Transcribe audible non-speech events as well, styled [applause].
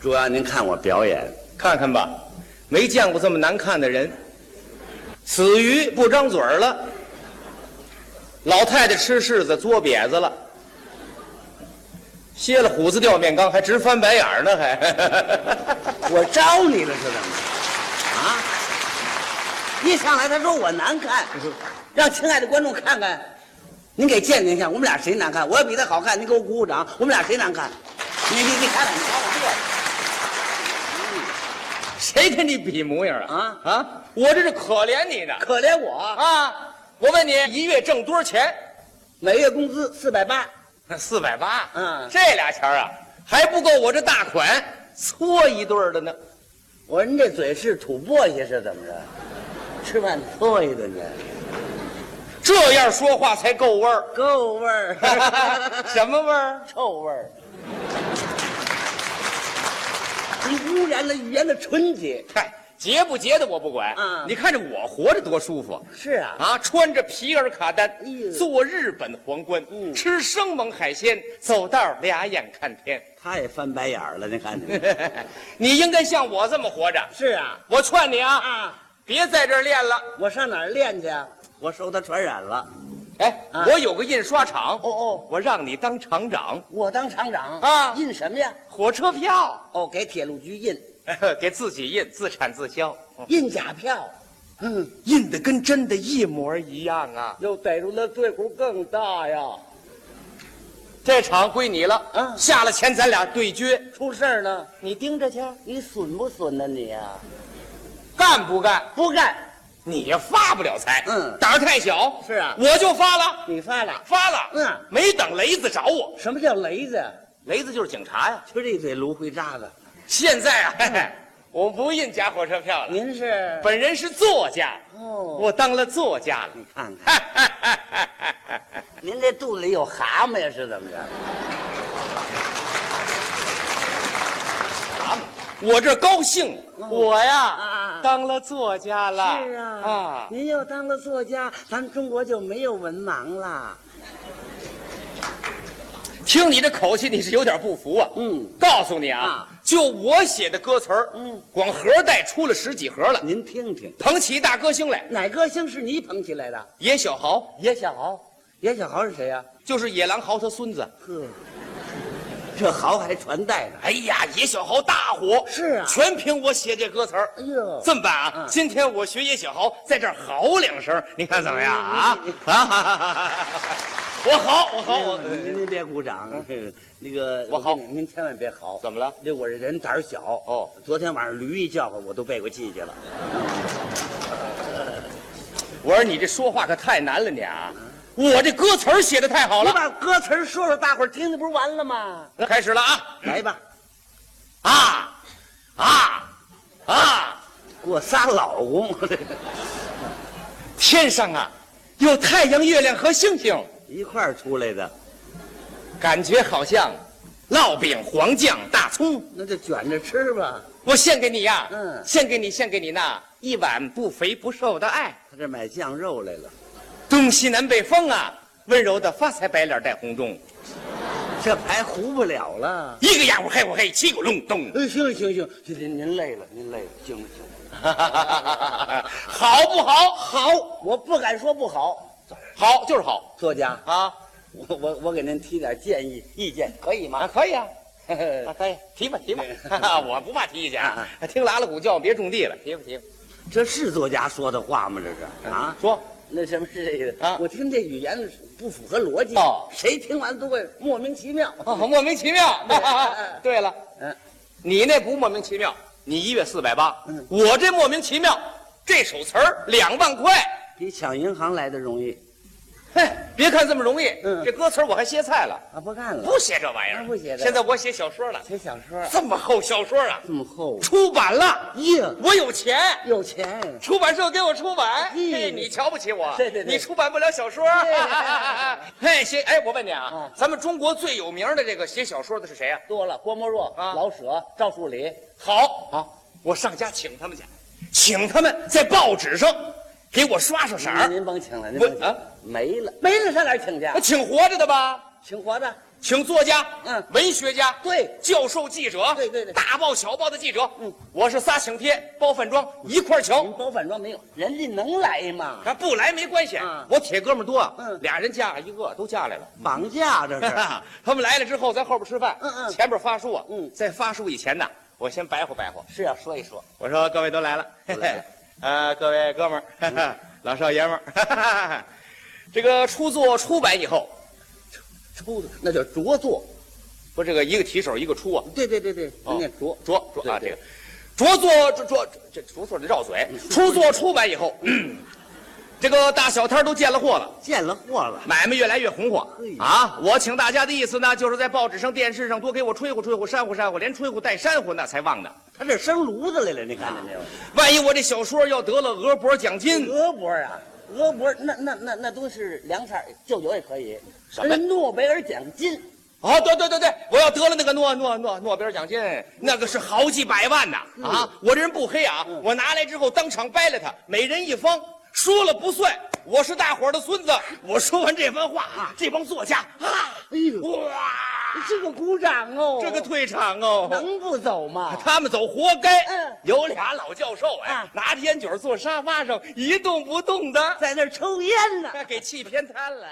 主要您看我表演，看看吧，没见过这么难看的人。死鱼不张嘴儿了，老太太吃柿子嘬瘪子了，歇了虎子掉面缸，还直翻白眼儿呢，[laughs] 还。我招你了是怎么？啊？一上来他说我难看，让亲爱的观众看看，您给鉴定一下，我们俩谁难看？我要比他好看，您给我鼓鼓掌，我们俩谁难看？你你你看看，你瞧我谁跟你比模样啊啊？啊啊！我这是可怜你呢这，可怜我，啊！我问你，一月挣多少钱？每月工资四百八，四百八。嗯这俩钱儿啊，还不够我这大款搓一顿儿的呢。我说您这嘴是吐簸箕是怎么着？吃饭搓一顿去，这样说话才够味 [laughs] 儿。够味 [laughs] 儿什么味儿？臭味儿。 [laughs] 你污染了语言的纯洁。嗨，结不结的我不管。嗯你看着我活着多舒服是啊，啊！穿着皮尔卡丹哎呦，做日本皇冠，嗯吃生猛海鲜，走道儿俩眼看天。 [laughs] 他也翻白眼儿了，您看见？你应该像我这么活着。 [laughs] 是啊，我劝你啊，啊，别在这儿练了。我上哪儿练去啊？我受他传染了。哎，啊我有个印刷厂，哦哦，我让你当厂长，我当厂长啊印什么呀？火车票 [laughs] 哦，给铁路局印，给自己印，自产自销，印假票。嗯，印的跟真的一模一样啊。又逮住那罪过更大呀！这场归你了，嗯下了钱咱俩对决，出事儿呢，你盯着去，你损不损呢你啊？干不干？不干，你也发不了财，嗯胆儿太小。是啊我就发了，你发了。发了，嗯没等雷子找我，什么叫雷子？啊雷子就是警察呀。就这嘴芦荟渣子。现在啊，嘿嗯嘿我不印假火车票了，您是？本人是作家，哦，我当了作家了。你看看，哈哈哈哈哈！您这肚子里有蛤蟆呀，是怎么着？我这高兴，我呀嗯啊当了作家了。是啊，您要当了作家，咱们中国就没有文盲了。听你这口气，你是有点不服啊。嗯告诉你啊，啊就我写的歌词儿，嗯，光盒带出了十几盒了。您听听，捧起大歌星来，哪歌星是你捧起来的？野小豪野小豪，野小豪是谁啊呀、就是野狼豪他孙子。呵，这豪还传代呢。哎呀，野小豪大火，是啊全凭我写这歌词儿。哎呦这么办啊？嗯今天我学野小豪，在这儿嚎两声，你看怎么样啊嗯？啊， [laughs] 我嚎，我嚎，您哎您我您别鼓掌，那个我好跟你您千万别好。怎么了？这我这人胆儿小哦。昨天晚上驴一叫唤，我都背过气去了。我说你这说话可太难了，你啊，我这歌词儿写的太好你了。把歌词儿说说，大伙儿听听，不是完了吗？开始了啊来吧，啊啊啊！给我仨老公。 [laughs] 天上啊，有太阳、月亮和星星。一块儿出来的，感觉好像烙饼、黄酱、大葱。那就卷着吃吧。我献给你呀、嗯献给你，献给你那一碗不肥不瘦的爱。他这买酱肉来了，东西南北风啊，温柔的发财，白脸带红中。这牌糊不了了。一个家伙嘿我嘿，七个隆咚。 [laughs] 哎，行了行了行了，您您累了，您累了，行了行了。 [laughs] 好不好？好，我不敢说不好。好就是好作家，啊我我我给您提点建议意见，可以啊，吗？可以啊。嘿嘿啊，可以，提吧提吧， [laughs] 我不怕提意见啊，听拉拉鼓叫别种地了，提吧提吧，这是作家说的话吗？这是啊？说，那什么是这个啊我听这语言不符合逻辑哦谁听完都会莫名其妙。啊莫名其妙 [laughs] 对嗯。 [laughs] 对了，嗯，你那不莫名其妙，你一月四百八嗯，我这莫名其妙，这首词儿两万块，比抢银行来的容易嘿，别看这么容易，嗯这歌词儿我还歇菜了，啊！不干了，不写这玩意儿，啊不写这现在我写小说了，写小说这么厚小说啊，这么厚，出版了，耶，我有钱。有钱。出版社给我出版，嗯嘿，你瞧不起我？对对对你出版不了小说对。嘿，写哎，我问你啊嗯，咱们中国最有名的这个写小说的是谁啊？多了，郭沫若、啊老舍、赵树理，好，好，我上家请他们去，请他们在报纸上给我刷刷色您儿。您甭请了，您我甭请了啊没了，没了，上哪儿请去啊那？请活着的吧，请活的，请作家，嗯文学家，对，教授、记者，对对对大报小报的记者，嗯，我是仨请帖，包饭庄一块儿瞧您，包反装没有，人家能来吗？啊，不来没关系嗯，我铁哥们儿多啊，嗯俩人嫁一个都嫁来了。绑架这 [laughs] 是， [laughs] 他们来了之后，在后边吃饭，嗯嗯前边发书啊，嗯在发书以前呢，我先白活白活。是要说一说，我说各位都来了，都来了嘿嘿呃，各位哥们儿，哈哈，老少爷们儿哈哈哈，这个初作出版以后，出的，那叫着作，不，这个一个提手一个出啊，对对对对，哦人家着，着着啊，这对个着作着着这着作得绕嘴，初作出版以后，嗯这个大小摊儿都见了货了。见了货了，买卖越来越红火嘿啊！我请大家的意思呢，就是在报纸上、电视上多给我吹呼吹呼、煽呼煽呼，连吹呼带煽呼那才旺呢。他这生炉子来了，你看见没有？万一我这小说要得了鹅脖奖金，鹅脖啊，鹅脖那那那那都是凉菜，就酒也可以。什么人诺贝尔奖金，哦，对对对对，我要得了那个诺诺诺诺贝尔奖金，那个是好几百万呐嗯啊！我这人不黑啊，我拿来之后当场掰了他，每人一方，说了不算。我是大伙儿的孙子，我说完这番话，这帮作家啊，哎呦，哇，这个鼓掌哦，这个退场哦，啊能不走吗？他们走活该。嗯有俩老教授哎，啊拿着烟卷坐沙发上一动不动的，在那儿抽烟呢。给气偏瘫了。